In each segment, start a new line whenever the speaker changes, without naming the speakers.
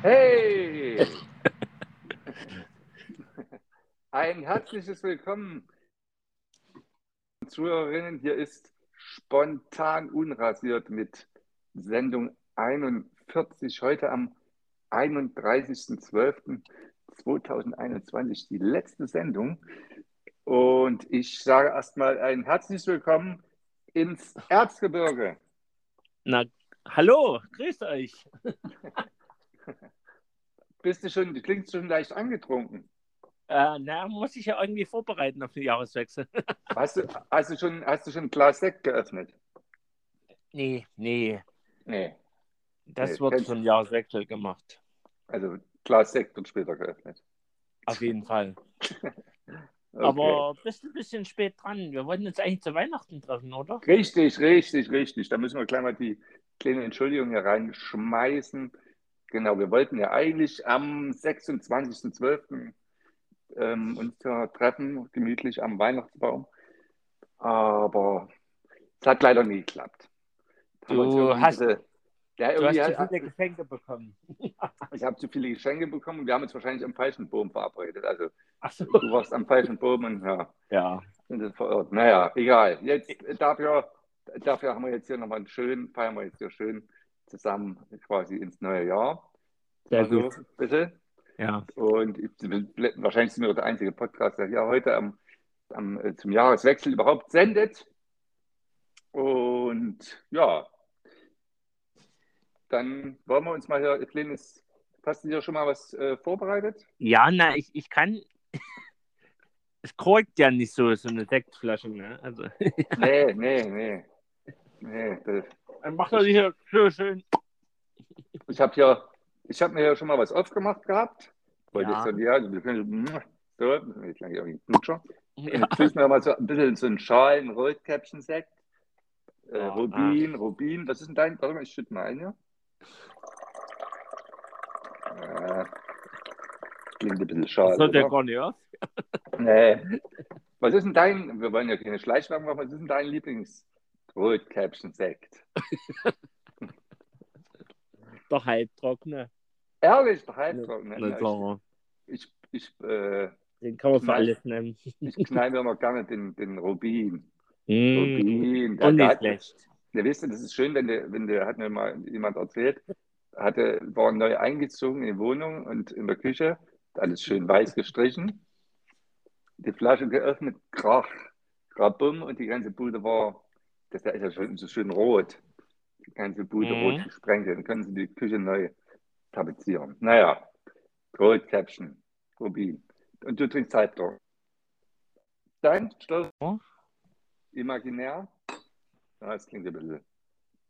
Hey! Ein herzliches Willkommen, Zuhörerinnen. Hier ist spontan unrasiert mit Sendung 41, heute am 31.12.2021, die letzte Sendung. Und ich sage erstmal ein herzliches Willkommen ins Erzgebirge.
Na, hallo, grüßt euch.
Bist du schon, du klingst schon leicht angetrunken.
Äh, na, muss ich ja irgendwie vorbereiten auf den Jahreswechsel.
Hast du, hast du, schon, hast du schon ein Glas Sekt geöffnet?
nee, nee,
Nee.
das
Nee,
wird
kennst-
zum Jahreswechsel gemacht.
Also Glas Sekt wird später geöffnet.
Auf jeden Fall.
Okay.
Aber bist ein bisschen spät dran. Wir wollten uns eigentlich zu Weihnachten treffen, oder?
Richtig, richtig, richtig. Da müssen wir gleich mal die kleine Entschuldigung hier reinschmeißen. Genau, wir wollten ja eigentlich am 26.12. Ähm, uns da treffen, gemütlich am Weihnachtsbaum. Aber es hat leider nie geklappt. Haben wir uns
Du
irgendwie ein
hast-
bisschen- ja,
Du hast
irgendwie
zu
hat-
viele Geschenke bekommen.
ich habe zu viele Geschenke bekommen und wir haben uns wahrscheinlich am falschen Boden verabredet. Also
Ach so.
du warst am falschen Boden und ja.
Ja.
sind sie verirrt. Naja, egal. Jetzt äh, dafür, dafür haben wir jetzt hier nochmal einen schönen, feiern wir jetzt hier schön zusammen quasi ins neue Jahr.
Sehr
Also,
gut.
bitte.
Ja.
Und ich, wahrscheinlich sind wir der einzige Podcast, der hier heute am, am, äh, zum Jahreswechsel überhaupt sendet. Und ja, dann wollen wir uns mal hier, Kleines, hast du dir schon mal was äh, vorbereitet?
Ja, na, ich, ich kann. es korkt ja nicht so, so eine Sektflasche, ne? Also.
Nee, nee, nee. Nee, das,
Dann macht er sich ja so schön.
Ich habe ja, ich habe mir ja schon mal was aufgemacht gehabt. Wollte
Ja.
ich so, ja, wir können so, jetzt lang irgendwie einen Knutscher. Und
Ja.
Jetzt kriegst du mir mal so ein bisschen so einen Schalen, Rotkäppchen-Sekt. Äh,
Ja, ah.
Rubin, Rubin, was ist denn dein? Warte mal, ich schütte mal ein, ja. Äh, klingt ein bisschen schade.
Das hat der
oder?
gar nicht auf.
Nee. Was ist denn dein, wir wollen ja keine Schleichwerbung machen, was ist denn dein Lieblings-Rotkäppchen-Sekt?
Der halbtrockene.
Ehrlich, der Halbtrockene.
Na klar.
Ich, ich, äh,
Den kann man für
Nein.
alles nehmen.
Ich knall mir mal gerne den, den Rubin.
Mm.
Rubin.
Und
der
nicht
hat,
schlecht.
der wisst ihr, das ist schön, wenn der, wenn der, hat mir mal jemand erzählt, hatte, war neu eingezogen in die Wohnung und in der Küche, alles schön weiß gestrichen. Die Flasche geöffnet, krach, krabum und die ganze Bude war, das da ist ja schon so schön rot. Die ganze Bude
Mhm.
rot gesprenkelt. Dann können sie die Küche neu tapezieren. Naja, Rotkäppchen, Rubin. Und du trinkst Halbdruck. Dein Stoff,
Ja.
imaginär. Ja, das klingt ein bisschen.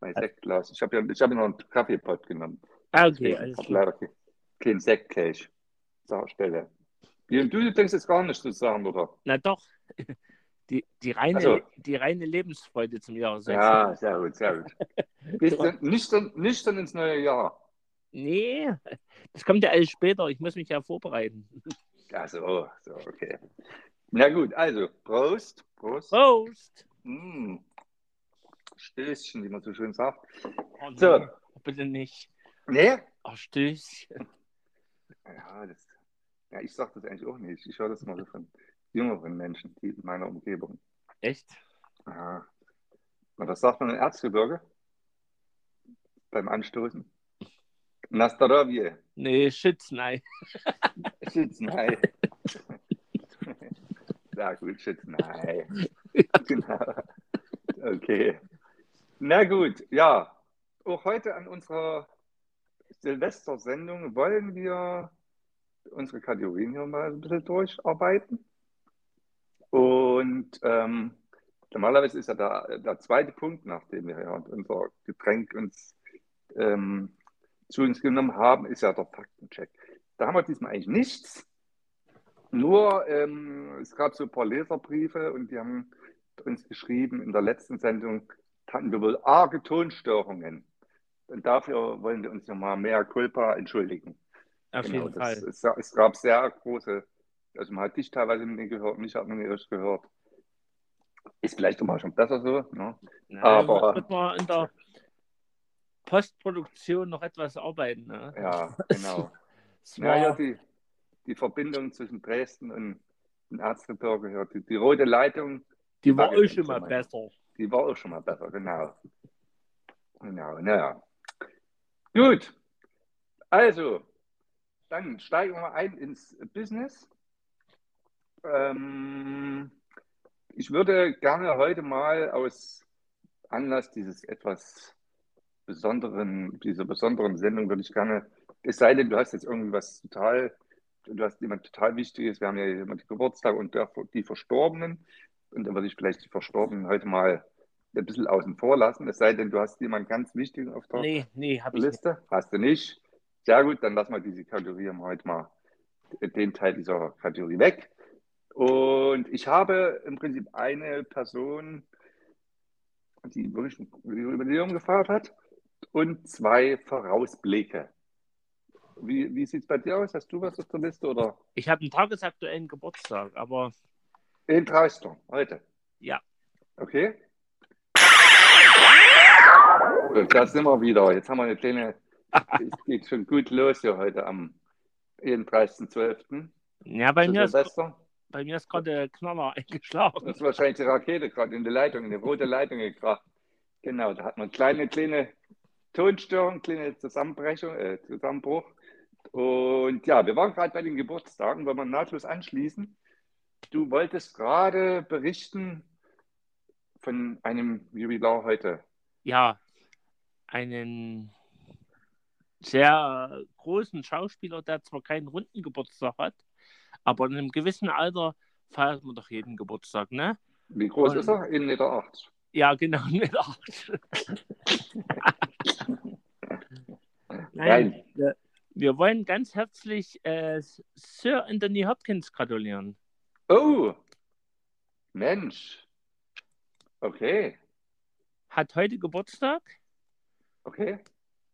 Mein
Also-
Sektglas. Ich habe ja, ich hab ja noch einen Kaffeepott genommen.
Ah, okay,
Deswegen
alles
hat
klar.
leider kein- kein Sektcash zur Stelle. Wie, Und du denkst jetzt gar nicht zusammen, oder?
Na doch. Die, die, reine,
Ach so.
die reine Lebensfreude zum Jahreswechsel.
Also Ja, sehr gut, sehr gut. Bist du nüchtern, nüchtern ins neue Jahr?
Nee, das kommt ja alles später. Ich muss mich ja vorbereiten.
Ja, so, so, okay. Na gut, also, Prost, Prost.
Oh. Prost!
Mm. Stößchen, wie man so schön sagt.
Oh, nee,
So.
Bitte nicht.
Nee?
Ach, Stößchen.
Ja, das, ja ich sag das eigentlich auch nicht. Ich höre das mal so von jüngeren Menschen, die in meiner Umgebung.
Echt?
Ja. Und was sagt man im Erzgebirge? Beim Anstoßen? Nastarovje.
Nee, Schütz, nein.
Schützenhai. Na gut, Schützenhai. Genau. Okay. Na gut, ja. Auch heute an unserer Silvestersendung wollen wir unsere Kategorien hier mal ein bisschen durcharbeiten. Und ähm, normalerweise ist ja der, der zweite Punkt, nachdem wir ja unser Getränk uns ähm, zu uns genommen haben, ist ja der Faktencheck. Da haben wir diesmal eigentlich nichts. Nur ähm, es gab so ein paar Leserbriefe und die haben uns geschrieben, in der letzten Sendung hatten wir wohl arge Tonstörungen. Und dafür wollen wir uns nochmal mehr Culpa entschuldigen.
Auf
Genau,
jeden
das,
Fall.
Es, es gab sehr große, also man hat dich teilweise nicht gehört, mich hat man nicht richtig gehört. Ist vielleicht auch mal schon besser so. Ne?
Na,
aber-
Das wird man in der Postproduktion noch etwas arbeiten. Ne?
Ja, genau.
Es
Ja,
war,
ja, die, die Verbindung zwischen Dresden und den Erzgebirge, ja, die, die rote Leitung,
die war
Frage
auch
ist
schon mal
schon mal.
besser.
die war auch schon mal besser, genau. Genau, naja. Gut, also, dann steigen wir ein ins Business. Ähm, ich würde gerne heute mal aus Anlass dieses etwas besonderen, dieser besonderen Sendung würde ich gerne, es sei denn, du hast jetzt irgendwie was total, du hast jemand total Wichtiges, wir haben ja immer die Geburtstage und der, die Verstorbenen und dann würde ich vielleicht die Verstorbenen heute mal ein bisschen außen vor lassen, es sei denn, du hast jemanden ganz Wichtigen auf der
Nee, nee, hab ich nicht.
Liste? Hast du nicht? Sehr gut, dann lassen wir diese Kategorie heute mal, den Teil dieser Kategorie weg. Und ich habe im Prinzip eine Person, die wirklich ein Jubiläum gefeiert hat, und zwei Vorausblicke. Wie, wie sieht es bei dir aus? Hast du was auf der Liste oder
Ich habe einen tagesaktuellen Geburtstag, aber
in Dreistung heute?
Ja.
Okay. Und da sind wir wieder. Jetzt haben wir eine kleine. Es geht schon gut los hier heute am 31.12.
ja, bei
zu
mir ist,
Silvester.
bei mir ist gerade der Knaller eingeschlafen.
Das ist wahrscheinlich die Rakete gerade in die Leitung, in die rote Leitung gekracht. Genau, da hat man kleine, kleine Tonstörung, kleine Zusammenbrechung, äh, Zusammenbruch. Und ja, wir waren gerade bei den Geburtstagen, wollen wir nahtlos anschließen. Du wolltest gerade berichten von einem Jubilar heute.
ja, einen sehr großen Schauspieler, der zwar keinen runden Geburtstag hat, aber in einem gewissen Alter feiert man doch jeden Geburtstag, ne?
Wie groß
Und-
ist er? 1,80 Meter. acht.
Ja, genau, mit acht.
Nein.
wir- wir wollen ganz herzlich äh, Sir Anthony Hopkins gratulieren.
Oh, Mensch. Okay,
Hat heute Geburtstag
okay.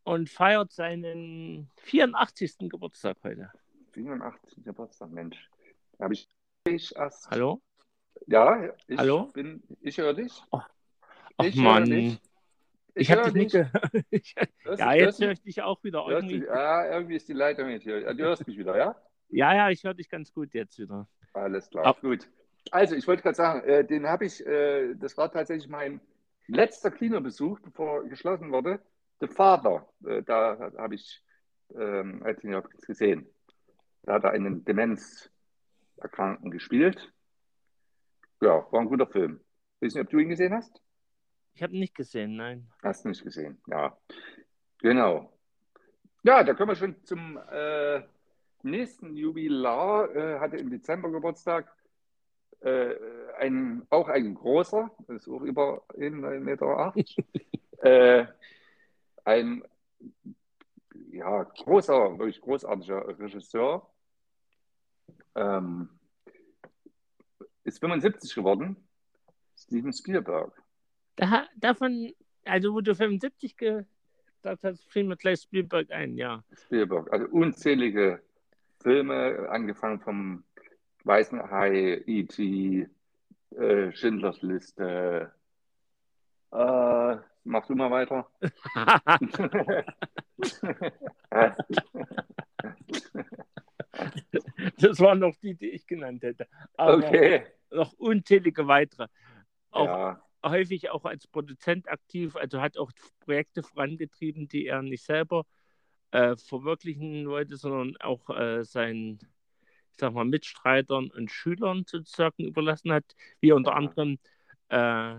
und feiert seinen 84. Geburtstag heute.
87. Geburtstag, Mensch. Habe ich ich erst
Hallo?
Ja, ich
Hallo? Oh.
bin, ich höre dich.
Ach
Ich höre
Mann,
dich.
ich habe
höre
dich nicht gehört. Ich-
Hörst du-
Ja, jetzt
hörst du-
höre ich dich auch wieder.
hörst du-
Irgendwie.
ja, irgendwie ist die Leitung nicht hier. Ja, Du hörst mich wieder, ja?
Ja, ja, ich höre dich ganz gut jetzt wieder.
Alles klar,
Ab-
gut. Also, ich wollte gerade sagen, äh, den habe ich, äh, das war tatsächlich mein letzter Kinobesuch, bevor geschlossen wurde. The Father, äh, da habe ich ähm, Anthony Hopkins gesehen. Da hat er einen Demenzerkrankten gespielt. Ja, war ein guter Film. Wissen nicht, ob du ihn gesehen hast?
Ich habe ihn nicht gesehen, nein.
Hast nicht gesehen, ja. Genau. Ja, da kommen wir schon zum äh, nächsten Jubilar. Äh, hatte im Dezember Geburtstag äh, ein, auch ein großer, das ist auch über 1,80 Meter, acht, äh, ein ja, großer, wirklich großartiger Regisseur. Ähm, ist 75 geworden, Steven Spielberg.
Da, davon, also wo du 75 gesagt hast, fiel mir gleich Spielberg ein, ja.
Spielberg. Also unzählige Filme, angefangen vom Weißen Hai, E.T., äh, Schindlers Liste. Äh, mach du mal weiter.
das waren noch die, die ich genannt hätte. Aber
okay.
noch unzählige weitere. Auch
Ja,
häufig auch als Produzent aktiv, also hat auch Projekte vorangetrieben, die er nicht selber äh, verwirklichen wollte, sondern auch äh, seinen, ich sag mal, Mitstreitern und Schülern sozusagen überlassen hat, wie unter
Ja.
anderem äh,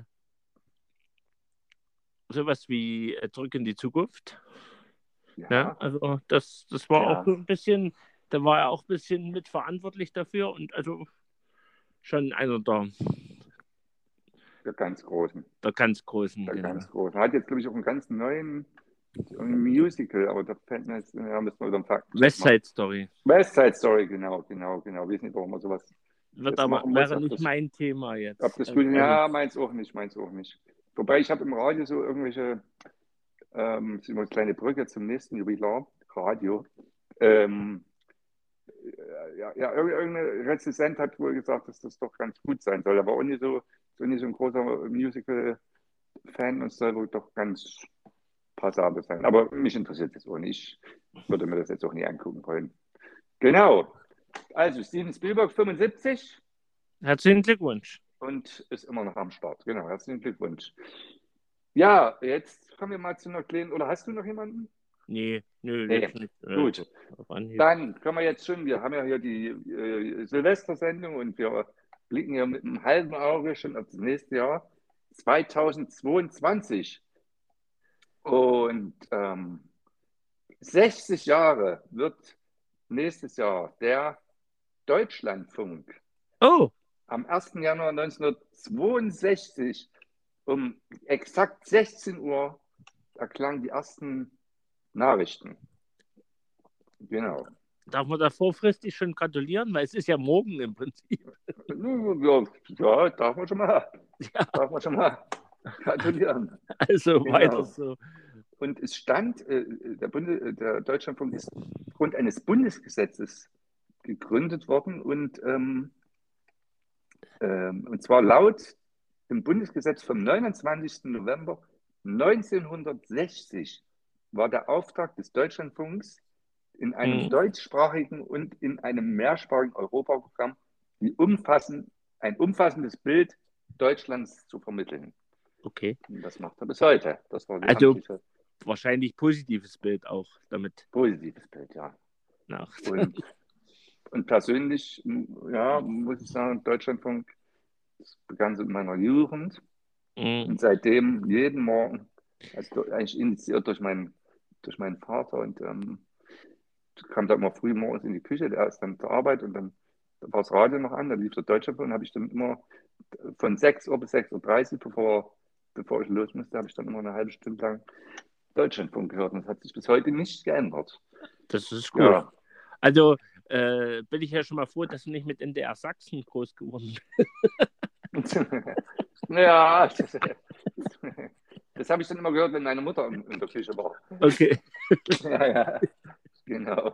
sowas wie äh, Zurück in die Zukunft. Ne?
ja,
Also das, das war
Ja.
auch so ein bisschen, da war er auch ein bisschen mitverantwortlich dafür und also schon einer der,
der ganz Großen.
der ganz großen.
Der
genau.
ganz Großen. Hat jetzt, glaube ich, auch einen ganz neuen ein Musical, aber da fällt mir jetzt, ja, müssen wir über den Fakt.
Westside Story.
West Side Story, genau, genau, genau. Wir sind doch immer sowas.
Wird
Das
aber
machen muss,
wäre
ob
nicht
das-
mein Thema jetzt.
Ob das
Äh,
gut,
äh,
ja, meins auch nicht, meins auch nicht. Wobei ich habe im Radio so irgendwelche, ähm, das ist immer eine kleine Brücke zum nächsten Jubilar, Radio. Ähm, äh, ja, ja, ir- irgendein Rezensent hat wohl gesagt, dass das doch ganz gut sein soll, aber ohne so, so nicht so ein großer Musical-Fan und es soll wohl doch ganz passabel sein. Aber mich interessiert das auch nicht. Ich würde mir das jetzt auch nie angucken wollen. Genau. Also Steven Spielberg 75
Herzlichen Glückwunsch.
und ist immer noch am Start. Genau, herzlichen Glückwunsch. Ja, jetzt kommen wir mal zu einer kleinen. Oder hast du noch jemanden?
Nee, nö,
Nee,
jetzt nicht. Nö,
Gut.
Auf Anhieb.
Dann können wir jetzt schon, wir haben ja hier die äh, Silvestersendung und wir blicken ja mit einem halben Auge schon auf das nächste Jahr 2022. Und ähm, 60 Jahre wird nächstes Jahr der Deutschlandfunk
Oh,
am 1. Januar 1962 um exakt 16 Uhr erklangen die ersten Nachrichten. Genau.
darf man da vorfristig schon gratulieren? Weil es ist ja morgen im Prinzip.
Ja, ja, darf man schon mal. Darf man schon mal gratulieren.
Also
Genau.
weiter so.
Und es stand, äh, der, Bunde, der Deutschlandfunk ist aufgrund eines Bundesgesetzes gegründet worden und, ähm, ähm, und zwar laut dem Bundesgesetz vom 29. November 1960 war der Auftrag des Deutschlandfunks in einem
Mhm.
deutschsprachigen und in einem mehrsprachigen Europaprogramm die umfassen, ein umfassendes Bild Deutschlands zu vermitteln.
Okay.
Und das macht er bis heute. Das war die
Also-
amtliche-
Wahrscheinlich positives Bild auch damit
Positives Bild, ja.
nach.
Und, und persönlich, m, ja, muss ich sagen, Deutschlandfunk das begann so in meiner Jugend
Mhm.
und seitdem jeden Morgen, also do- eigentlich initiiert durch meinen, durch meinen Vater und ähm, kam da immer früh morgens in die Küche, der ist dann zur Arbeit und dann war das Radio noch an, dann lief der Deutschlandfunk und habe ich dann immer von 6 Uhr bis 6.30 Uhr, bevor, bevor ich los musste, habe ich dann immer eine halbe Stunde lang Deutschlandfunk gehört und das hat sich bis heute nicht geändert.
Das ist gut. Also äh, bin ich ja schon mal froh, dass du nicht mit NDR Sachsen groß geworden bist.
ja, das, das habe ich dann immer gehört, wenn meine Mutter in, in der Küche war.
Okay.
Ja, ja. Genau.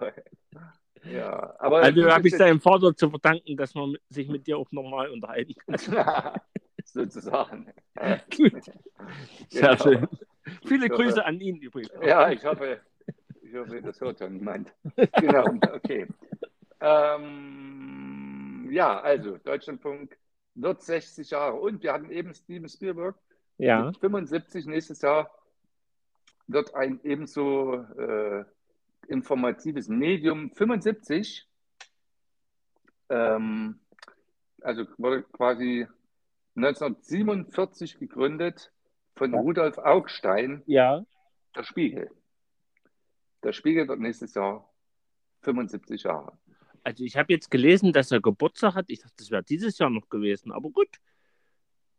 Ja, aber
Also habe ich deinem Vater zu verdanken, dass man mit- sich mit dir auch normal unterhalten kann.
sozusagen.
Gut. Sehr
Genau.
schön. Viele
Ja.
Grüße an ihn übrigens.
Ja, ich hoffe, ich hoffe, das hört ja niemand. Genau, okay. Ähm, ja, also Deutschlandfunk wird 60 Jahre und wir hatten eben Steven Spielberg.
Ja.
Mit 75 nächstes Jahr wird ein ebenso äh, informatives Medium 75, ähm, also wurde quasi 1947 gegründet von
Ja.
Rudolf Augstein,
Ja.
der Spiegel. Der Spiegel wird nächstes Jahr 75 Jahre.
Also ich habe jetzt gelesen, dass er Geburtstag hat. Ich dachte, das wäre dieses Jahr noch gewesen. Aber gut.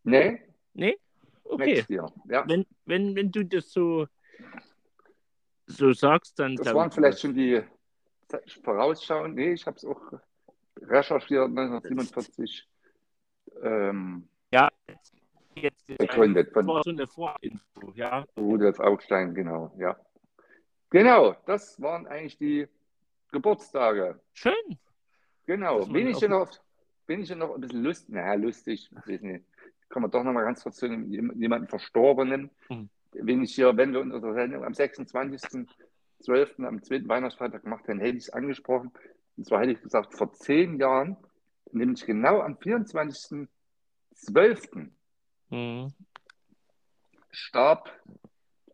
Nee,
Okay.
next year. Ja.
Wenn, wenn, wenn du das so, so sagst, dann.
Das
glaub
waren
ich
vielleicht schon die Vorausschauen. Nee, ich habe es auch recherchiert 1947 ähm,
Jetzt, jetzt, das
begründet von
war so eine Vorinfo. Ja.
Rudolf Augstein, genau, ja. Genau, das waren eigentlich die Geburtstage.
Schön.
Genau.
Das war
Bin
ja
ich
auch-
denn noch, bin ich denn noch ein bisschen lustig? Naja, lustig, weiß nicht. Kommen wir doch nochmal ganz kurz zu einem- jem- jemandem Verstorbenen.
Mhm.
Wenn ich hier, wenn wir unsere Sendung am 26.12. am zweiten Weihnachtsfreitag gemacht hätten, hätte ich es angesprochen. Und zwar hätte ich gesagt, vor zehn Jahren, nämlich genau am 24.12.
Mhm.
starb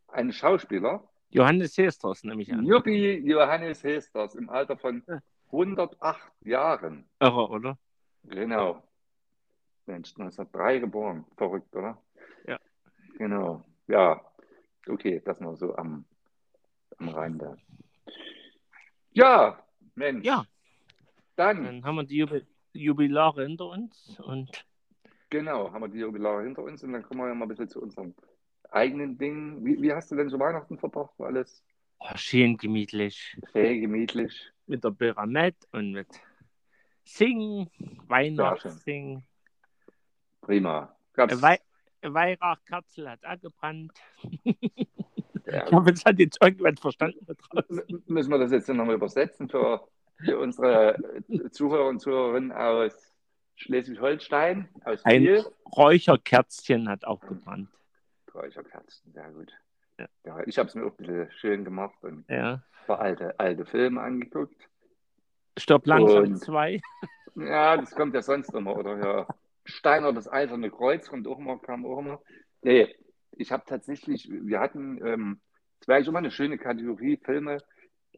ein Schauspieler,
Johannes Hesters nehme ich an.
Juppie Johannes Hesters, im Alter von 108 Jahren.
Irre, oder?
Genau. Mensch, 1903 geboren. Verrückt, oder?
Ja.
Genau. Ja. Okay, das nur so am, am Rande. Ja, Mensch.
Ja.
Dann,
Dann haben wir die Jubil Jubilare hinter uns und
genau, haben wir die Jubilare hinter uns und dann kommen wir ja mal ein bisschen zu unserem eigenen Ding. Wie, wie hast du denn so Weihnachten verbracht? War alles
oh, schön gemütlich
sehr gemütlich.
mit der Pyramid und mit Singen, Weihnachtssingen.
Prima. Gab's,
Äh, Wei Weihrauchkerzel hat angebrannt.
ja,
Ich hoffe, es hat jetzt irgendwann verstanden. da draußen.
M- Müssen wir das jetzt nochmal übersetzen für, für unsere Zuhörer und Zuhörerinnen aus Schleswig-Holstein, aus
Ein-
Kiel?
Räucherkerzchen hat auch gebrannt.
Räucherkerzen, sehr gut.
Ja.
Ja, ich habe es mir auch ein bisschen schön gemacht und
Ja.
ein paar alte, alte Filme angeguckt.
Stopp langsam
Und-
zwei.
Ja, das kommt ja sonst immer, oder? Ja. Steiner, das eiserne Kreuz kommt auch immer, kam auch immer. Nee, ich habe tatsächlich, wir hatten, ähm, das war eigentlich immer eine schöne Kategorie, Filme,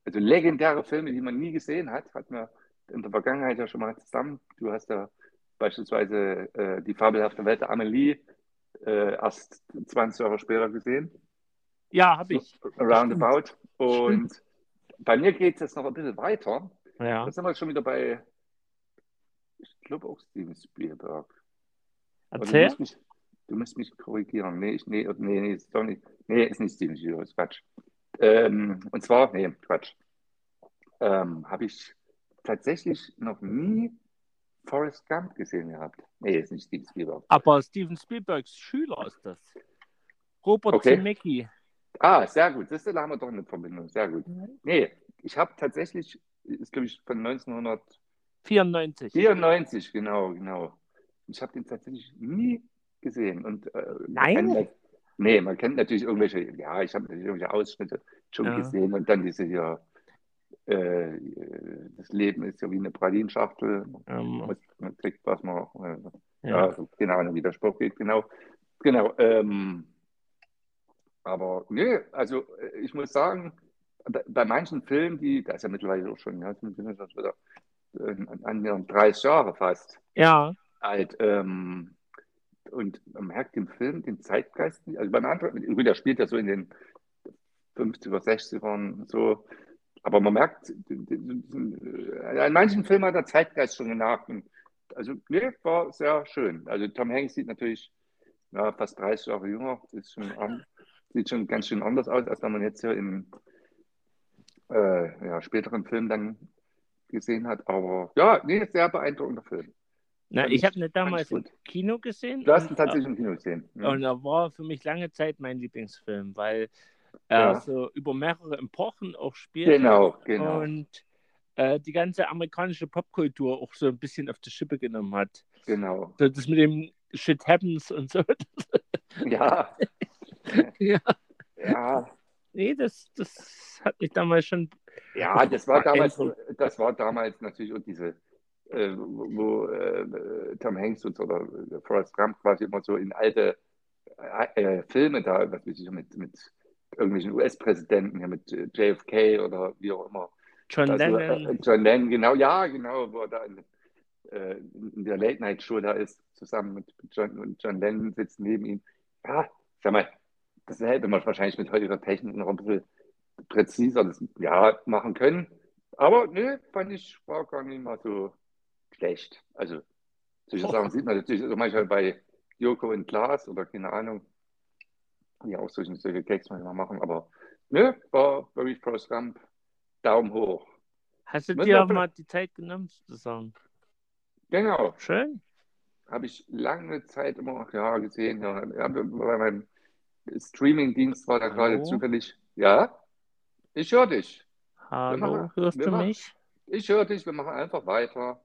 also legendäre Filme, die man nie gesehen hat, hatten wir in der Vergangenheit ja schon mal zusammen. Du hast ja beispielsweise äh, die fabelhafte Welt der Amelie äh, erst 20 Jahre später gesehen.
Ja, habe ich.
Roundabout. Und bei mir geht es jetzt noch ein bisschen weiter.
Ja.
Da sind wir schon wieder bei, ich glaube auch Steven Spielberg. Aber Du
Erzähl.
musst mich, du musst mich korrigieren. Nee, ich, nee, nee, nee, ist doch nicht, nee, ist nicht Steven Spielberg, ist Quatsch. Ähm, und zwar, nee, Quatsch. Ähm, habe ich tatsächlich noch nie Forrest Gump gesehen gehabt. Nee, ist nicht Steven Spielberg.
Aber Steven Spielbergs Schüler ist das. Robert
Okay.
Zemecki.
Ah, sehr gut. Das da haben wir doch eine Verbindung. Sehr gut. Nee, ich habe tatsächlich, ist glaube ich von 1900.
94.
94, genau, genau. Ich habe den tatsächlich nie gesehen. Und, äh, man
Nein?
kennt- nee, man kennt natürlich irgendwelche, ja, ich habe natürlich irgendwelche Ausschnitte schon
Ja.
gesehen und dann diese hier, äh, das Leben ist ja wie eine Pralinschachtel,
Ähm,
man, man kriegt, was man, äh, ja,
ja.
also keine Ahnung, wie der Spruch geht, genau. Genau. Ähm, aber nee, also äh, ich muss sagen, bei, bei manchen Filmen, die, das ist ja mittlerweile auch schon, ja, das sind jetzt wieder äh, an- annähernd 30 Jahre fast
ja.
alt. Ähm, und man merkt im Film den Zeitgeist nicht. Also beim Anfang, gut, der spielt ja so in den 50er, 60ern und so. Aber man merkt, den- den- den- äh, an manchen Filmen hat der Zeitgeist schon genagt. Und also, nee, war sehr schön. Also Tom Hanks sieht natürlich ja, fast 30 Jahre jünger. Ist schon an, sieht schon ganz schön anders aus, als wenn man jetzt hier im äh, ja, späteren Film dann gesehen hat. Aber ja, nee, sehr beeindruckender Film.
Na,
Fand
ich
ich-
habe ihn damals im
fand ich
Kino gesehen.
Du hast ihn
und,
tatsächlich im Kino gesehen. ne?
äh, Und
Ja.
er war für mich lange Zeit mein Lieblingsfilm, weil er
Ja.
so über mehrere Epochen auch spielt
Genau, genau.
und äh, die ganze amerikanische Popkultur auch so ein bisschen auf die Schippe genommen hat.
genau.
So Das mit dem Shit Happens und so.
Ja.
Ja.
ja.
Nee, das, das hat mich damals schon.
Ja, das war damals,
Endpunkt.
das war damals natürlich auch diese, äh, wo äh, Tom Hanks und, oder äh, Forrest Gump quasi immer so in alte äh, äh, Filme da, was weiß ich, mit, mit irgendwelchen US-Präsidenten, hier mit äh, JFK oder wie auch immer,
John
Also, äh,
Lennon.
John Lennon, genau, ja, genau, wo er da in, äh, in der Late Night Show da ist, zusammen mit John und John Lennon sitzt neben ihm. Ja, sag mal, das hätte man wahrscheinlich mit heutiger Technik noch ein bisschen präziser das, ja, machen können. Aber nö, fand ich, war gar nicht mal so schlecht. Also, solche
Oh.
Sachen sieht man natürlich also manchmal bei Joko und Klaas oder keine Ahnung, die auch solche, solche Gags manchmal machen, aber nö, war wirklich Forrest Gump, Daumen hoch.
Hast du
Müssen
dir
wir
auch mal die Zeit genommen zu sagen?
Genau.
Schön.
habe ich lange Zeit immer auch ja, gesehen. Ja, Ja, bei meinem Streaming-Dienst war da
Hallo?
gerade zufällig. Ja, ich höre dich.
Hallo,
machen-
hörst
wir
du
machen-
mich?
Ich höre dich. Wir machen einfach weiter.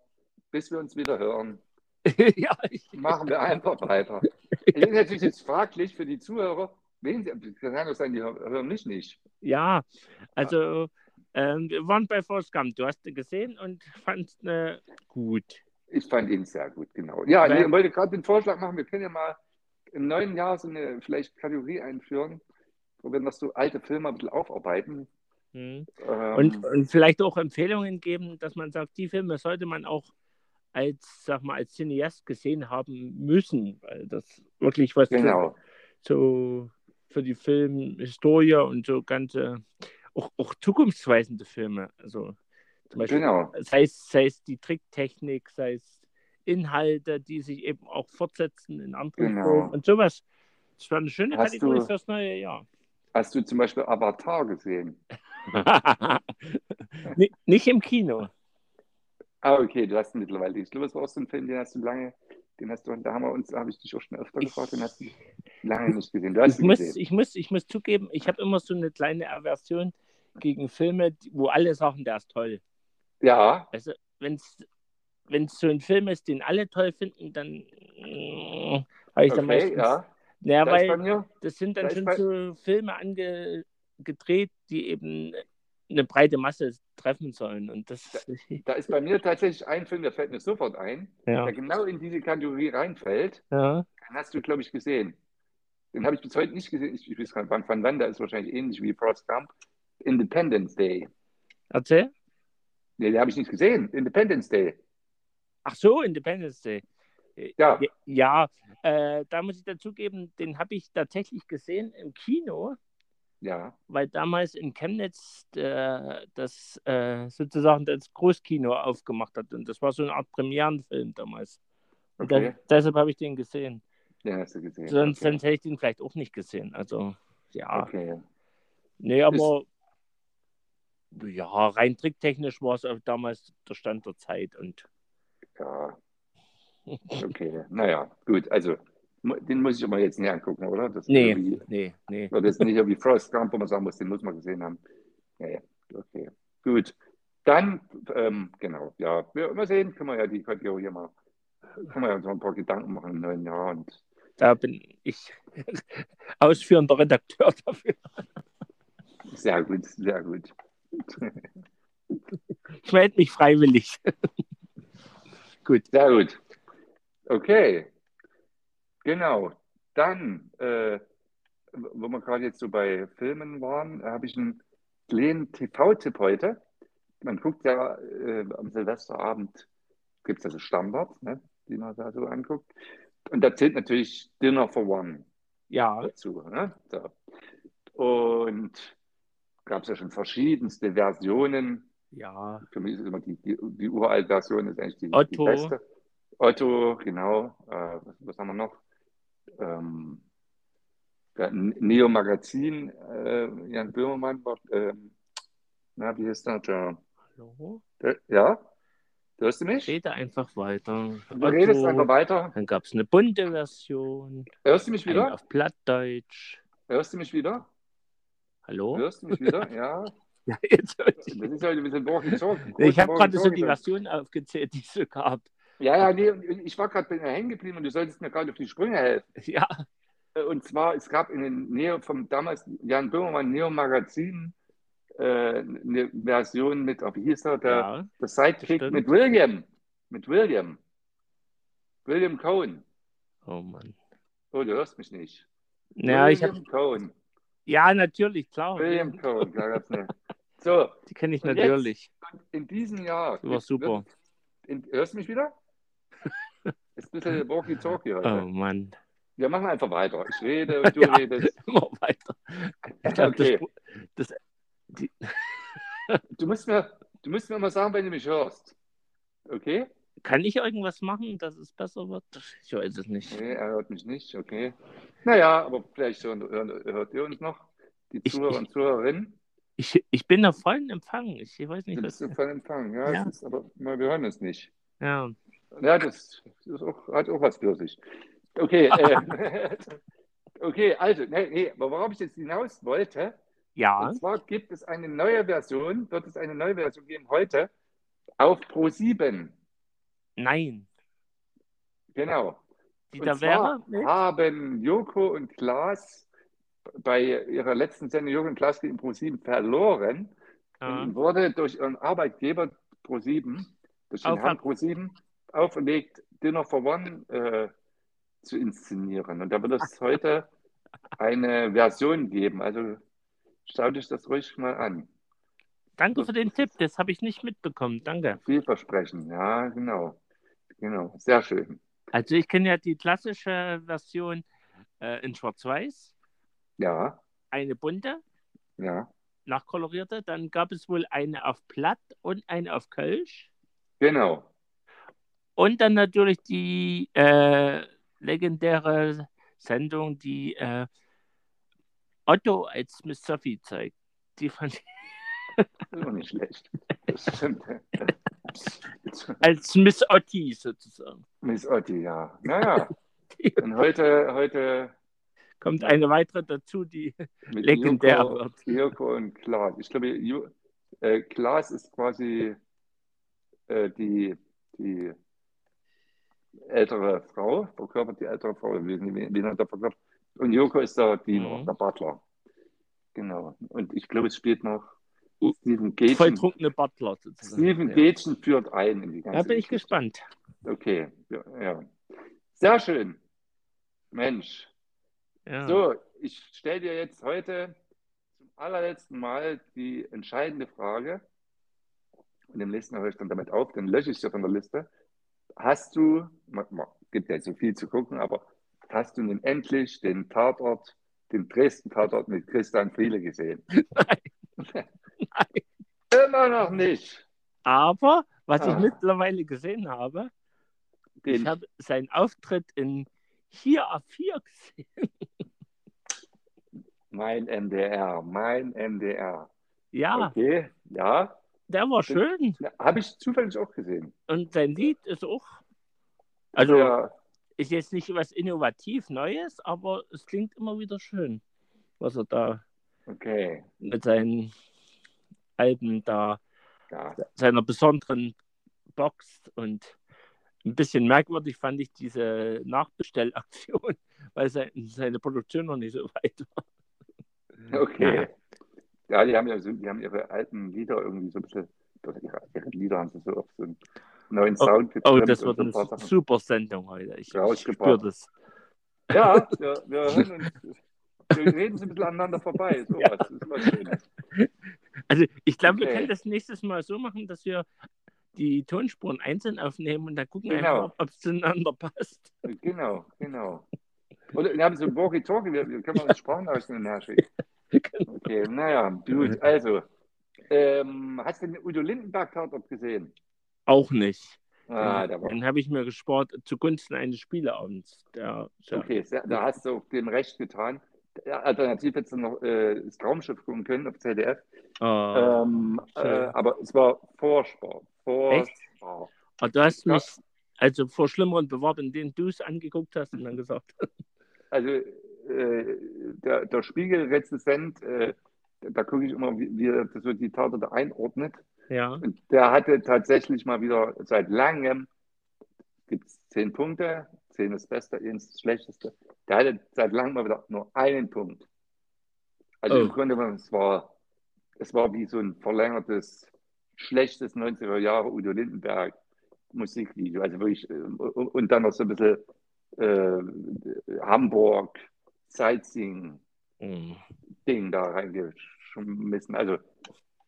Bis wir uns wieder hören,
ja, ich.
machen wir einfach weiter. Es ist natürlich jetzt fraglich für die Zuhörer. Wen sie, kann ja nur sein, die hör- hören mich nicht.
Ja, also ähm, wir waren bei Forrest Gump. Du hast ihn gesehen und fandst äh, gut.
Ich fand ihn sehr gut, genau. Ja,
Wer-
nee, ich wollte gerade den Vorschlag machen, wir können ja mal im neuen Jahr so eine vielleicht Kategorie einführen, wo wir noch so alte Filme ein bisschen aufarbeiten.
Hm.
Ähm,
Und, und vielleicht auch Empfehlungen geben, dass man sagt, die Filme sollte man auch als, sag mal, als Cineast gesehen haben müssen, weil das wirklich was
genau.
für, so für die Filmhistorie und so ganze, auch, auch zukunftsweisende Filme. Also zum Beispiel
Genau,
sei es, sei es die Tricktechnik, sei es Inhalte, die sich eben auch fortsetzen in anderen
Genau.
Filmen und sowas. Das war eine schöne
Hast
Kategorie
du-
fürs neue Jahr.
hast du zum Beispiel Avatar gesehen?
Ni- Nicht im Kino.
Ah, okay, du hast ihn mittlerweile. Ich glaube, es war auch so ein Film, den hast du lange, den hast du, da haben wir uns, habe ich dich auch schon öfter
Ich-
gefragt, den hast du lange nicht gesehen. Du
Ich
hast ihn
muss,
gesehen.
ich, muss, ich muss zugeben, ich habe immer so eine kleine Aversion gegen Filme, die- wo alle sagen, der ist toll.
Ja,
Also, wenn es so ein Film ist, den alle toll finden, dann mm, habe ich da
okay,
meistens
ja.
Naja,
Da ist bei
weil
mir,
das sind
da
dann
ist
schon
bei-
so Filme angedreht, die eben eine breite Masse treffen sollen. Und das,
da ist bei mir tatsächlich ein Film, der fällt mir sofort ein,
ja.
der genau in diese Kategorie reinfällt.
ja.
Den hast du, glaube ich, gesehen. Den habe ich bis heute nicht gesehen. Ich, ich weiß gar nicht, wann Van Damme, der ist wahrscheinlich ähnlich wie Forrest Gump. Independence Day.
Erzähl.
Nee, den habe ich nicht gesehen. Independence Day.
Ach so, Independence Day.
Ja,
Ja, äh, da muss ich dazugeben, den habe ich tatsächlich gesehen im Kino,
ja,
weil damals in Chemnitz äh, das äh, sozusagen das Großkino aufgemacht hat. Und das war so eine Art Premierenfilm damals. Und
okay.
da, deshalb habe ich den gesehen.
Den hast du gesehen.
Sonst,
okay.
sonst hätte ich den vielleicht auch nicht gesehen. Also, ja.
okay.
Nee, aber ja, rein tricktechnisch war es auch damals der Stand der Zeit. Und
Ja. Okay. Naja, gut. Also, mu- den muss ich aber jetzt nicht angucken, oder? Das ist
Nee.
irgendwie-
nee, nee.
Oder das ist nicht wie Forrest Gump, wo man sagen muss, den muss man gesehen haben. Nee, okay. Gut. Dann, ähm, genau, ja, wir mal sehen, können wir ja die Kategorie mal, können wir ja so ein paar Gedanken machen im neuen Jahr und
Da bin ich ausführender Redakteur dafür.
sehr gut, sehr gut.
Ich melde mich freiwillig.
Sehr gut. Okay. Genau. Dann, äh, wo wir gerade jetzt so bei Filmen waren, äh, habe ich einen kleinen TV-Tipp heute. Man guckt ja äh, am Silvesterabend, gibt es ja so Standards, ne, die man da so anguckt. Und da zählt natürlich Dinner for One
Ja,
dazu. Ne? So. Und gab es ja schon verschiedenste Versionen.
ja.
Für mich ist immer die, die, die uralte Version ist eigentlich die, die
Otto.
beste. Otto, genau. Äh, was, was haben wir noch? Ähm, ja, N- Neo Magazin, äh, Jan Böhmermann war, ähm, na, wie heißt der? Der,
Hallo?
der ja? Hörst du mich?
Rede einfach weiter. Also,
Du redest einfach weiter.
Dann gab es eine bunte Version,
Hörst du mich
eine
wieder?
auf Plattdeutsch.
Hörst du mich wieder?
Hallo?
Hörst du mich wieder? Ja.
Ja, jetzt hört
Das
sich-
ist heute ein bisschen walkie-talkie.
ich habe gerade so die
Walkie-talkie.
Version aufgezählt, die es so gab.
Ja, ja, nee, und ich war gerade bei dir hängen geblieben und du solltest mir gerade auf die Sprünge helfen.
Ja,
Äh, Und zwar, es gab in den Neo, vom damals Jan Böhmermann Neo Magazin äh, eine Version mit, oh, wie hieß er, der,
ja.
der Sidekick
stimmt.
mit William. Mit William. William Cohen.
Oh Mann.
Oh, du hörst mich nicht.
Ja, ich hab,
William Cohen.
ja, natürlich, klar.
William Cohen, da gab's eine. So,
Die kenne ich
Und jetzt?
natürlich.
in diesem Jahr.
Die war super.
In, hörst du mich wieder? Ist ein bisschen walkie-talkie heute.
Oh Mann.
Wir machen einfach weiter. Ich rede und du
Ja.
redest.
Immer weiter. Ich glaub, das
Okay.
Spr-
Du musst, mir, du musst mir mal sagen, wenn du mich hörst. Okay?
Kann ich irgendwas machen, dass es besser wird? Ich weiß es nicht.
Nee, er hört mich nicht, okay. Naja, aber vielleicht hören, hören, hört ihr uns noch, die
Ich-
Zuhörer und Zuhörerinnen.
Ich, ich bin auf vollen Empfang. Ich weiß
Du
nicht,
bist
was.
im vollen Empfang, ja,
Ja.
Es ist, aber wir hören uns nicht.
Ja.
Ja, das ist auch, hat auch was für sich. Okay, äh, okay, also, nee, nee, aber worauf ich jetzt hinaus wollte,
Ja.
und zwar gibt es eine neue Version, wird es eine neue Version geben heute, auf Pro7,
Nein.
genau.
Die
Und
da wäre.
zwar
Nee.
haben Joko und Klaas bei ihrer letzten Sendung Joko und Klaas gegen ProSieben verloren und
Ja.
ihnen wurde durch ihren Arbeitgeber ProSieben, durch den
Auf-
Herrn ProSieben, auferlegt, Dinner for One äh, zu inszenieren. Und da wird es heute eine Version geben. Also schau dich das ruhig mal an.
Danke für den Tipp. Das habe ich nicht mitbekommen. Danke.
Vielversprechend, ja, genau. Genau, sehr schön.
Also, ich kenne ja die klassische Version äh, in Schwarz-Weiß,
Ja,
eine bunte,
ja,
nachkolorierte. Dann gab es wohl eine auf Platt und eine auf Kölsch.
genau.
Und dann natürlich die äh, legendäre Sendung, die äh, Otto als Miss Sophie zeigt. Die fand ich
Das ist auch nicht schlecht. Das stimmt.
als Miss Otti sozusagen.
Miss Otti, ja. Naja. Und heute, heute
Kommt eine weitere dazu, die
mit
Legendär
Joko,
wird.
Joko und Klaas. Ich glaube, Ju, äh, Klaas ist quasi äh, die, die ältere Frau, verkörpert die ältere Frau, wen, wen wen hat er verkörpert? Und Joko ist der Diener,
Mhm.
der Butler. Genau. Und ich glaube, es spielt noch Stephen Gätchen.
Volltrunkene Butler sozusagen.
Stephen
Oh, ja.
Gätchen führt ein in die ganze
Da bin ich
Geschichte.
gespannt.
Okay, ja, ja. Sehr schön. Mensch.
Ja.
So, ich stelle dir jetzt heute zum allerletzten Mal die entscheidende Frage. Und im nächsten Mal höre ich dann damit auf, dann lösche ich sie von der Liste. Hast du, ma- ma- gibt ja so viel zu gucken, aber hast du nun endlich den Tatort, den Dresden-Tatort mit Christian Friele gesehen? Immer noch nicht.
Aber was ich
Ah.
mittlerweile gesehen habe, ich
Den,
habe seinen Auftritt in hier A4 gesehen.
mein MDR, mein MDR.
Ja,
Okay, ja.
der war schön.
Na, Habe ich zufällig auch gesehen.
Und sein Lied ist auch. Also
ja,
ist jetzt nicht was innovativ Neues, aber es klingt immer wieder schön, was er da
okay.
mit seinen Alben da,
Ja.
seiner besonderen Box und ein bisschen merkwürdig fand ich diese Nachbestellaktion, weil se- seine Produktion noch nicht so weit war.
Okay. Ja, die haben ja so, die haben ihre alten Lieder irgendwie so ein bisschen, oder ihre, ihre Lieder haben sie so auf so einen neuen Sound
Oh,
getrimmt
das
und
wird
so
eine
ein paar Sachen.
super Sendung heute. Ich, ich spüre
Rausgepackt.
das.
Ja, wir, wir hören uns. Wir reden so ein bisschen aneinander vorbei. So was. Das ist immer schön.
Also ich glaube, wir
Okay.
können das nächstes Mal so machen, dass wir die Tonspuren einzeln aufnehmen und dann gucken
Genau.
einfach, ob es zueinander passt.
Genau, genau. Oder wir haben so ein Walkie-Talkie, wir, wir können uns Sprachnachrichten herschicken.
Genau.
Okay, naja,
Mhm.
gut. Also, ähm, hast du den Udo Lindenberg-Tatort gesehen?
Auch nicht.
Ah, der war
Dann habe ich mir gespart zugunsten eines Spieleabends. Der, der,
Okay, sehr- da hast du dem Recht getan. Ja, Alternativ hättest du noch äh, das Traumschiff gucken können auf ZDF.
Ah.
Ähm, äh,
schön.
aber es war Vorspar.
Echt?
Vorspar.
Aber Ah, du hast
Ja.
mich also vor Schlimmeren bewahrt, indem du es angeguckt hast und dann gesagt hast.
Also äh, der, der Spiegel-Rezensent, äh, da gucke ich immer, wie, wie er das so die Tatorte einordnet.
Ja.
Und der hatte tatsächlich mal wieder seit langem, gibt es zehn Punkte, zehn ist das Beste, eins ist das Schlechteste. Der hatte seit langem mal wieder nur einen Punkt. Also
Oh.
im Grunde genommen, es war, es war wie so ein verlängertes, schlechtes 90er Jahre Udo Lindenberg Musikvideo. Also wirklich, äh, und und dann noch so ein bisschen äh, Hamburg, Sightseeing.
Hm.
Ding da reingeschmissen. Also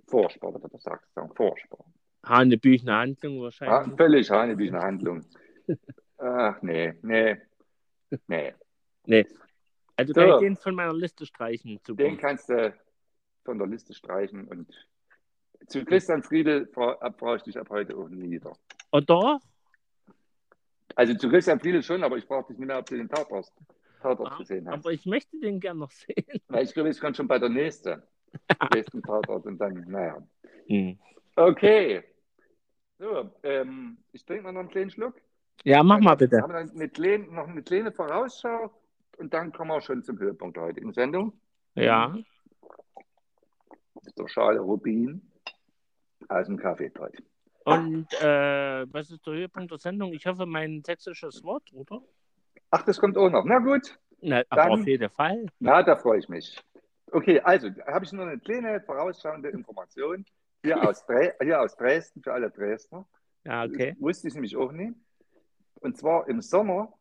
Vorspar, was du das sagst, sagen Vorspar.
Hanebüchene Handlung
Ah,
wahrscheinlich.
völlig hanebüchene Handlung. Ach nee, nee, nee.
Also kann
Ah, So.
ich den von meiner Liste streichen. Super.
Den kannst du von der Liste streichen und zu Christian Friedel bra- ab- brauche ich dich ab heute auch nie wieder.
Oder?
Also zu Christian Friedel schon, aber ich brauche dich nicht mehr, ob du den Tatort, Tatort
Ah,
gesehen hast.
Aber ich möchte den gern noch sehen.
Weil ich glaube, ich kann schon bei der nächsten, nächsten Tatort und dann, naja.
Hm.
Okay. So, ähm, ich trinke mal noch einen kleinen Schluck.
Ja, mach mal
Dann
bitte.
Haben wir dann eine kleine, noch eine kleine Vorausschau und dann kommen wir schon zum Höhepunkt der heutigen Sendung.
Ja.
Mit der Schale Rubin aus dem Kaffee heute.
Und äh, was ist der Höhepunkt der Sendung? Ich hoffe, mein sächsisches Wort, oder?
Ach, das kommt auch noch. Na gut,
Na, aber
Dann-
auf jeden Fall.
na, da freue ich mich. Okay, also da habe ich nur eine kleine vorausschauende Information hier aus, Dre hier aus Dresden für alle Dresdner.
Ja, okay.
Das wusste ich nämlich auch nie. Und zwar im Sommer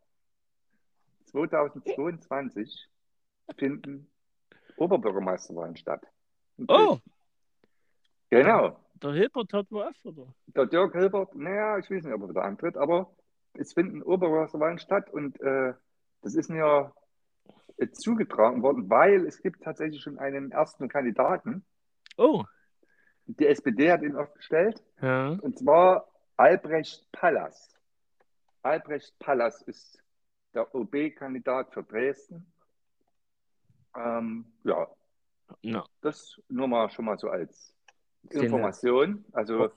2022 finden Oberbürgermeisterwahlen statt.
Oh,
Genau.
der Hilbert hat wohl auf, oder?
Der Dirk Hilbert, naja, ich weiß nicht, ob er wieder antritt, aber es finden Oberwasserwahlen statt und äh, das ist mir äh, zugetragen worden, weil es gibt tatsächlich schon einen ersten Kandidaten.
Oh.
Die SPD hat ihn aufgestellt
Ja.
und zwar Albrecht Pallas. Albrecht Pallas ist der OB-Kandidat für Dresden. Ähm, ja,
Na,
das nur mal schon mal so als
Genau.
Information. Also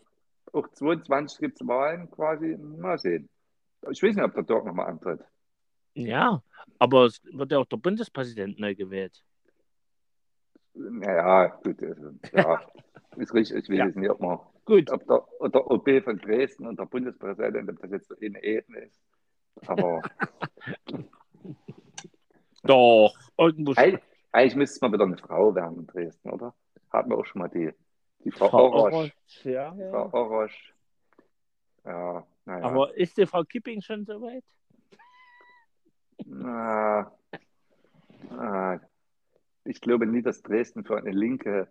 auch 22 gibt es Wahlen quasi. Mal sehen. Ich weiß nicht, ob der Dirk nochmal antritt.
ja, aber es wird ja auch der Bundespräsident neu gewählt.
Naja, gut. Also, ja, ist richtig. Ich weiß
Ja.
jetzt nicht, ob, man,
Gut.
ob der, ob der OB von Dresden und der Bundespräsident, ob das jetzt eine Ebene ist. Aber
Doch, Halt irgendwo
Eig- Eigentlich müsste es mal wieder eine Frau werden in Dresden, oder? Haben wir auch schon mal die, die Frau,
Frau
Orosch.
Orosch, Oh ja.
Die Frau Orosch. Ja, naja.
Aber ist die Frau Kipping schon soweit?
Na, na, ich glaube nie, dass Dresden für eine linke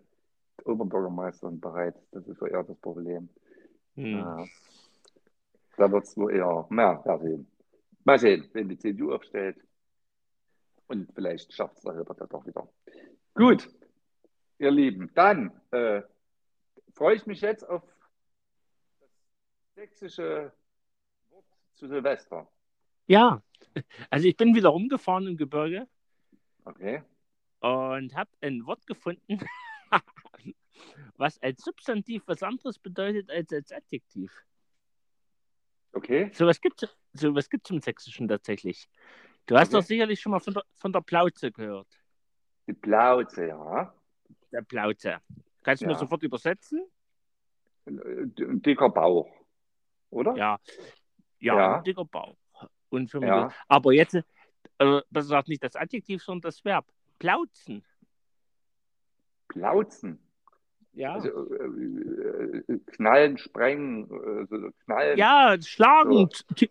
Oberbürgermeisterin bereit ist. Das ist so eher das Problem.
Hm.
Ja. Da wird es wohl eher mehr da sehen. Mal sehen, wenn die CDU aufstellt. Und vielleicht schafft es der Hilbert das auch wieder. Gut, ihr Lieben, dann äh, freue ich mich jetzt auf das sächsische Wort zu Silvester.
ja. Also ich bin wieder rumgefahren im Gebirge
Okay?
und habe ein Wort gefunden, was als Substantiv was anderes bedeutet als als Adjektiv.
Okay?
Sowas gibt sowas gibt's im Sächsischen tatsächlich. Du hast
Okay.
doch sicherlich schon mal von der, von der Plauze gehört.
Die Plauze, ja.
Der Plauze. Kannst du mir
Ja.
sofort übersetzen?
Ein ein Äh, dicker Bauch, oder?
Ja. Ja,
Ja.
ein dicker Bauch. Und für mich-
Ja.
Aber jetzt, äh, besser gesagt, nicht das Adjektiv, sondern das Verb. Plauzen.
Plauzen.
Ja.
Also, äh, äh, knallen, sprengen, äh, so knallen.
Ja, schlagen, t-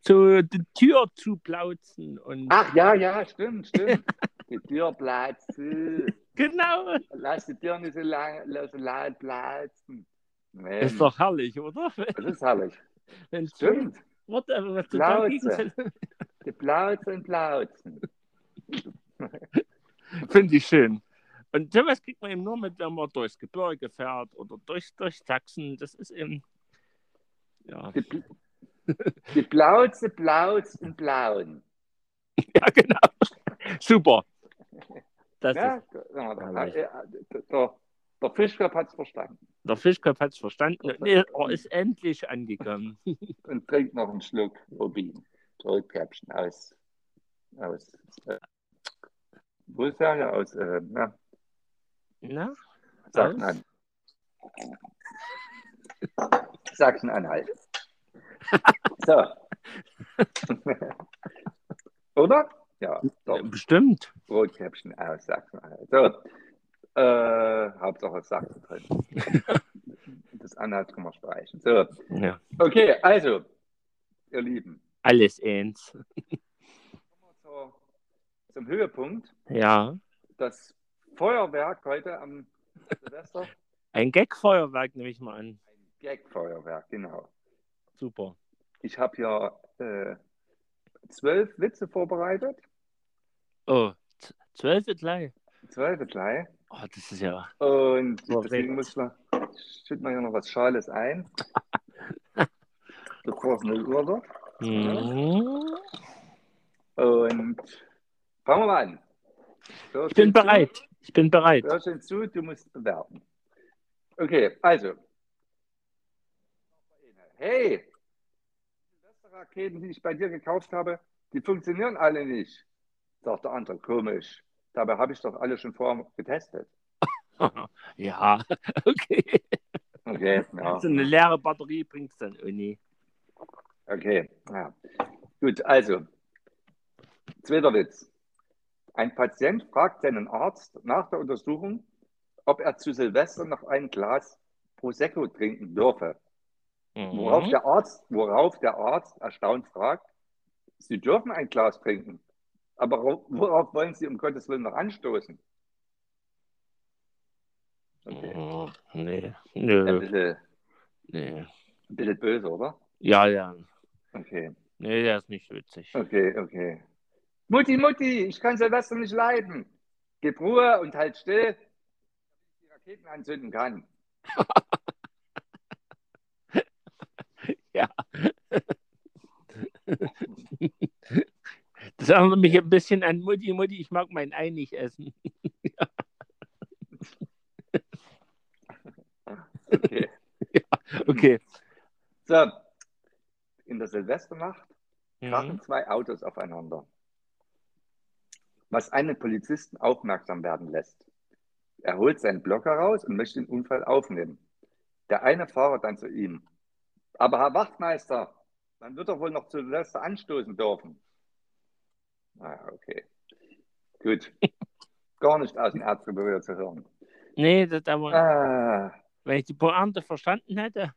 so die Tür zu plauzen und
Ach ja, ja, stimmt, stimmt. die Tür platzt. äh,
genau.
Lass die Tür nicht so lang, lass sie laut platzen.
Das
Mensch,
ist doch herrlich, oder?
das ist herrlich.
Wenn du
Stimmt.
Worte, aber was du
Plauze.
dagegen setzt,
Die Plauzen, Plauzen.
finde ich schön. Und sowas kriegt man eben nur mit, wenn man durchs Gebirge fährt oder durch, durch Sachsen. Das ist eben, ja,
Die, Pl die Plauze, Plauz und Plauen.
ja genau. Super. Das
Ja,
ist,
ja,
herrlich.
der, der, äh, der, der Fischkopf hat es verstanden.
der Fischkopf hat es verstanden und er ist endlich angekommen.
und trinkt noch einen Schluck Rubin. Rotkäppchen aus. aus äh, wo ist er? Aus, äh, na,
Na,
Sachsen-Anhalt. Sachsen-Anhalt. So. Oder? Ja, doch.
bestimmt.
Rotkäppchen aus Sachsen-Anhalt. So. Äh, Hauptsache Sachsen drin. Das Anhalt kann man streichen. So.
Ja.
Okay, also, ihr Lieben,
Alles eins.
kommen wir zur, zum Höhepunkt.
Ja.
das Feuerwerk heute am Silvester.
Ein Gagfeuerwerk nehme ich mal an.
Ein Gag-Feuerwerk, genau.
Super.
Ich habe ja äh, zwölf Witze vorbereitet.
Oh, z- zwölf ist gleich.
Zwölf gleich.
Oh, das ist ja.
Und
Oh,
deswegen
Witz.
muss ich mal, ich schütte mal hier noch was Schales ein. Bevor es 0 Uhr wird.
ne? Mhm.
Und fangen wir mal an. So,
Ich bin bereit. Ich bin bereit.
Hör schön zu, du musst bewerten. Okay, also. Hey! Die Silvesterraketen, die ich bei dir gekauft habe, die funktionieren alle nicht. Sagt der andere, komisch. Dabei habe ich doch alle schon vorher getestet.
ja, okay.
Okay, ja.
So eine leere Batterie bringt es dann, oh nee.
Okay, ja. Gut, also. Zweiter Witz. Ein Patient fragt seinen Arzt nach der Untersuchung, ob er zu Silvester noch ein Glas Prosecco trinken dürfe. Worauf
Mhm.
der Arzt, worauf der Arzt erstaunt fragt, Sie dürfen ein Glas trinken, aber wor- worauf wollen Sie um Gottes Willen noch anstoßen? Okay.
Mhm. Nee,
Ein,
nö,
bisschen,
nee.
ein bisschen böse, oder?
Ja, ja.
Okay,
Nee, der ist nicht witzig.
okay, okay. Mutti, Mutti, ich kann Silvester nicht leiden. Gib Ruhe und halt still, damit ich die Raketen anzünden kann.
Das erinnert mich ein bisschen an Mutti, Mutti, ich mag mein Ei nicht essen.
Okay.
Okay.
So, in der Silvesternacht krachen
Mhm.
zwei Autos aufeinander, was einen Polizisten aufmerksam werden lässt. Er holt seinen Block heraus und möchte den Unfall aufnehmen. Der eine Fahrer dann zu ihm. Aber Herr Wachtmeister, man wird doch wohl noch zu Silvester anstoßen dürfen. Naja, okay. Gut. Gar nicht aus dem Erzgebirge zu hören.
Nee, das, aber,
Ah,
wenn ich die Pointe verstanden hätte.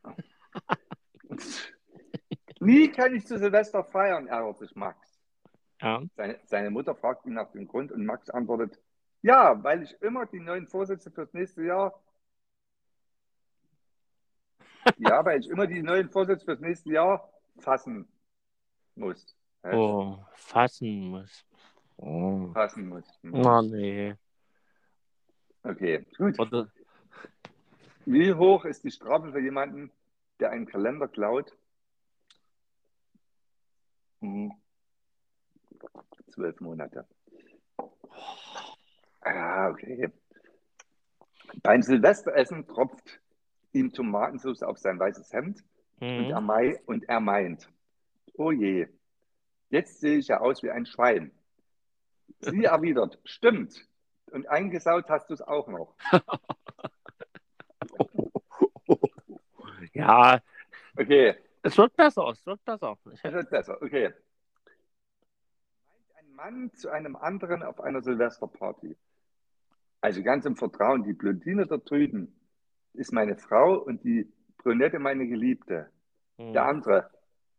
nie kann ich zu Silvester feiern, ärgert sich Max.
Ja.
Seine, seine Mutter fragt ihn nach dem Grund und Max antwortet, ja, weil ich immer die neuen Vorsätze fürs nächste Jahr. ja, weil ich immer die neuen Vorsätze fürs nächste Jahr fassen muss. Hä?
Oh, fassen muss. Oh.
Fassen muss.
Na, nee.
Okay, gut.
Oder,
Wie hoch ist die Strafe für jemanden, der einen Kalender klaut? Mhm. Zwölf Monate. Ah, okay. Beim Silvesteressen tropft ihm Tomatensauce auf sein weißes Hemd und, er
mhm.
mei und er meint, oh je, jetzt sehe ich ja aus wie ein Schwein. Sie erwidert, stimmt. Und eingesaut hast du es auch noch.
ja,
Okay,
es wird besser, es wird besser.
Das wird besser, okay. Meint ein Mann zu einem anderen auf einer Silvesterparty. Also ganz im Vertrauen, die Blondine da drüben ist meine Frau und die Brünette meine Geliebte. Der
Mhm.
andere,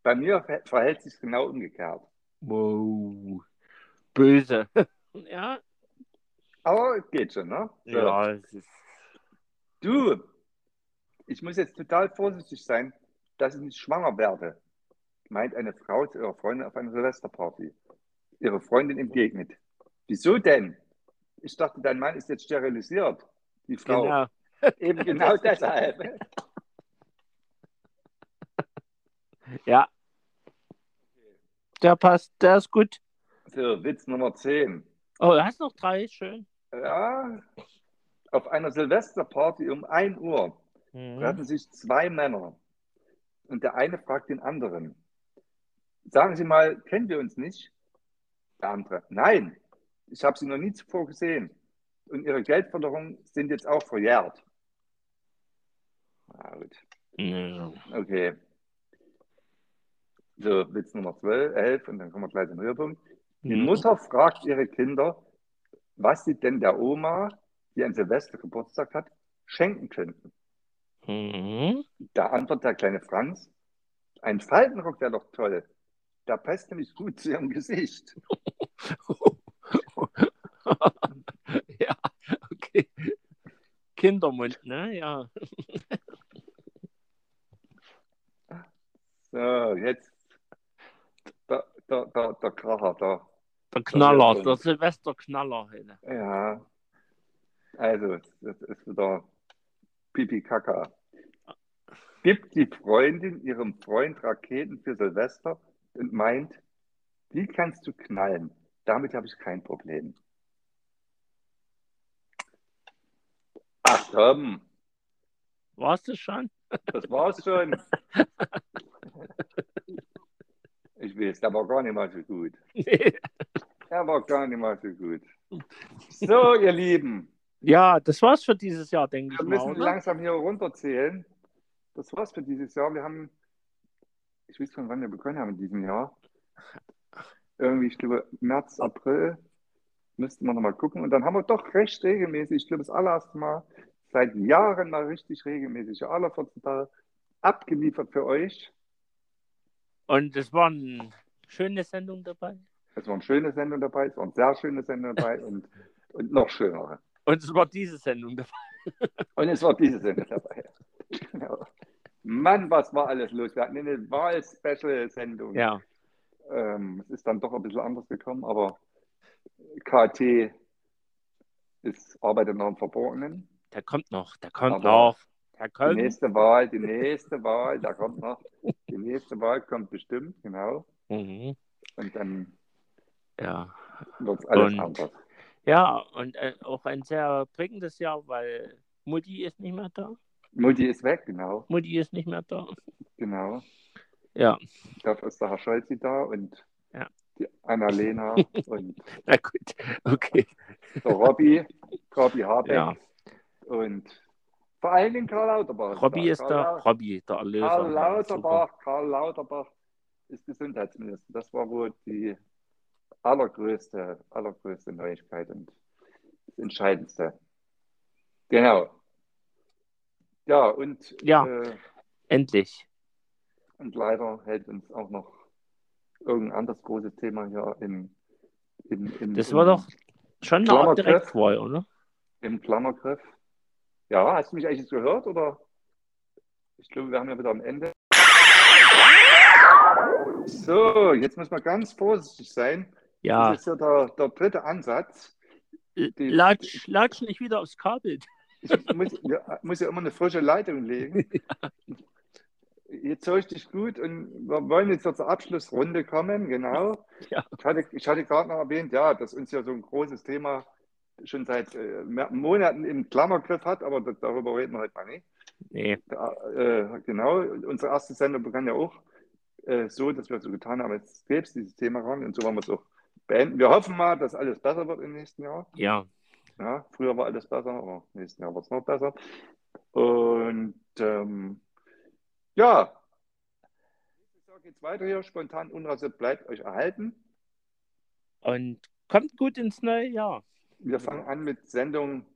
bei mir ver- verhält sich genau umgekehrt.
Wow. Böse. ja,
Aber es geht schon, ne? So.
ja, es ist.
Du, ich muss jetzt total vorsichtig sein, dass ich nicht schwanger werde, meint eine Frau zu ihrer Freundin auf einer Silvesterparty. Ihre Freundin entgegnet. Wieso denn? Ich dachte, dein Mann ist jetzt sterilisiert. Die Frau.
Genau.
Eben genau deshalb.
Ja. Der passt, der ist gut.
So, Witz Nummer 10.
Oh, du hast noch drei, schön.
Ja, auf einer Silvesterparty um 1 Uhr
Mhm.
treffen sich zwei Männer und der eine fragt den anderen, sagen Sie mal, kennen wir uns nicht? Der andere, nein, ich habe Sie noch nie zuvor gesehen und Ihre Geldforderungen sind jetzt auch verjährt. Na gut,
Ja.
okay. So, Witz Nummer 12, 11 und dann kommen wir gleich zum Höhepunkt. Die
Hm. Mhm.
Mutter fragt ihre Kinder, was sie denn der Oma, die an Silvester Geburtstag hat, schenken könnten.
Mhm.
Da antwortet der kleine Franz, ein Faltenrock wäre doch toll. Da passt nämlich gut zu ihrem Gesicht.
ja, okay. Kindermund, ne? Ja.
So, jetzt der, der, der, der Kracher da.
Der Knaller,
Silvester.
der Silvesterknaller. Alter.
Ja. Also, das ist wieder Pipi Kaka. Gibt die Freundin ihrem Freund Raketen für Silvester und meint, die kannst du knallen. Damit habe ich kein Problem. Ach komm.
Warst du schon?
Das war's schon. Ich weiß, der war gar nicht mal so gut.
Nee.
Der war gar nicht mal so gut. So, ihr Lieben,
Ja, das war's für dieses Jahr, denke ich
wir
mal.
müssen
Oder?
langsam hier runterzählen. Das war's für dieses Jahr. Wir haben, ich weiß von wann wir begonnen haben in diesem Jahr. Irgendwie, ich glaube, März, April müssten wir nochmal gucken. Und dann haben wir doch recht regelmäßig, ich glaube, das allererste Mal seit Jahren mal richtig regelmäßig, alle 14 Tage abgeliefert für euch.
Und es waren schöne Sendungen dabei.
Es waren schöne Sendungen dabei, es waren sehr schöne Sendungen dabei und, und noch schönere.
Und es war diese Sendung dabei.
Und es war diese Sendung dabei. Genau. Mann, was war alles los? Wir hatten eine Wahl-Special-Sendung.
Ja.
Ähm, es ist dann doch ein bisschen anders gekommen, aber KT ist, arbeitet noch im Verborgenen.
Der kommt noch, der kommt
Aber-
noch. Der
Die
kommt.
nächste Wahl, die nächste Wahl, da kommt noch. Die nächste Wahl kommt bestimmt, genau.
Mhm.
Und dann
Ja.
wird es alles
Und-
anders.
Ja, und äh, auch ein sehr prägendes Jahr, weil Mutti ist nicht mehr da.
Mutti ist weg, genau.
Mutti ist nicht mehr da.
Genau.
Ja,
Dafür ist der Herr Scholzi da und
Ja.
die Annalena und
na gut, okay.
der Robby, Robby Habeck
Ja.
und vor allen Dingen Karl Lauterbach.
Robby ist da.
Karl,
Robby, der Erlöser.
Karl
Ja, super.
Lauterbach, Karl Lauterbach ist Gesundheitsminister. Das war wohl die allergrößte, allergrößte Neuigkeit und das Entscheidendste. Genau. Ja, und,
Ja.
äh,
Endlich.
und leider hält uns auch noch irgendein anderes großes Thema hier im, im, im,
Das
im,
war doch schon eine Art
Klammergriff.
Direktwahl, oder?
im Klammergriff. Ja, hast du mich eigentlich gehört oder? Ich glaube, wir haben ja wieder am Ende. So, jetzt muss man ganz vorsichtig sein.
Ja. äh,
Das ist ja der, der dritte Ansatz. die-
Latsch, latsch nicht wieder aufs Kabel.
Ich muss, ja, muss ja immer eine frische Leitung legen. Jetzt höre ich dich gut und wir wollen jetzt ja zur Abschlussrunde kommen, genau.
Ja.
Ich hatte, ich hatte gerade noch erwähnt, ja, dass uns ja so ein großes Thema schon seit äh, mehr- Monaten im Klammergriff hat, aber da- darüber reden wir heute mal nicht.
Nee.
Da, äh, genau, unsere erste Sendung begann ja auch äh, so, dass wir so getan haben, als gäbe es dieses Thema ran und so wollen wir es auch beenden. Wir hoffen mal, dass alles besser wird im nächsten Jahr.
Ja.
Ja, früher war alles besser, aber im nächsten Jahr wird es noch besser. Und ähm, ja, nächstes Jahr geht es weiter hier. Spontan unrasiert bleibt euch erhalten.
Und kommt gut ins neue Jahr.
Wir fangen an mit Sendung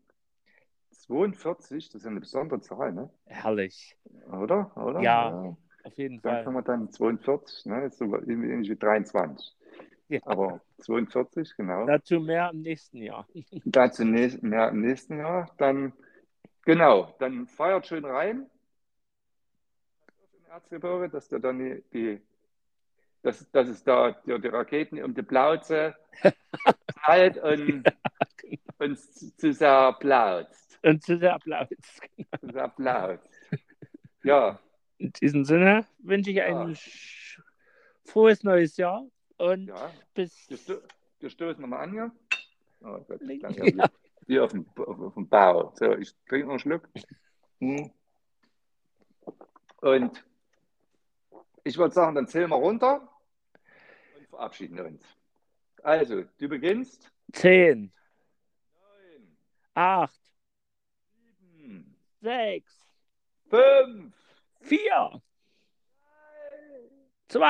42. Das ist ja eine besondere Zahl, ne?
Herrlich.
oder? oder?
Ja, Auf jeden
Dann haben
Fall.
wir dann 42, ne? Ist so irgendwie ähnlich wie 23.
Ja.
Aber 42, genau.
Dazu mehr im nächsten Jahr.
Dazu nächst, mehr im nächsten Jahr. Dann, genau, dann feiert schön rein. Im Erzgebirge, dass der dann die, die dass, dass es da die, die Raketen um die Plauze knallt und uns zu sehr plautzt.
Und zu der Applaus.
Zu sehr plautzt. Ja,
In diesem Sinne wünsche ich ein
Ja.
sch- frohes neues Jahr und
ja.
bis.
Wir, stö wir stoßen nochmal an hier. Oh Gott, ich
Link-
klang ja wie- wie auf dem, auf, auf dem Bau. So, ich trinke noch einen Schluck. Hm. Und ich würde sagen, dann zählen wir runter und verabschieden uns. Also, du beginnst.
10,
9,
8,
7,
6,
5,
4, 2,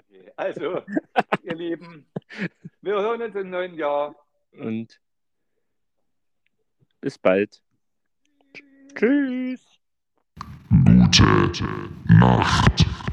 Okay, also, ihr Lieben, wir hören uns im neuen Jahr.
Und bis bald. Tschüss.
Gute Nacht.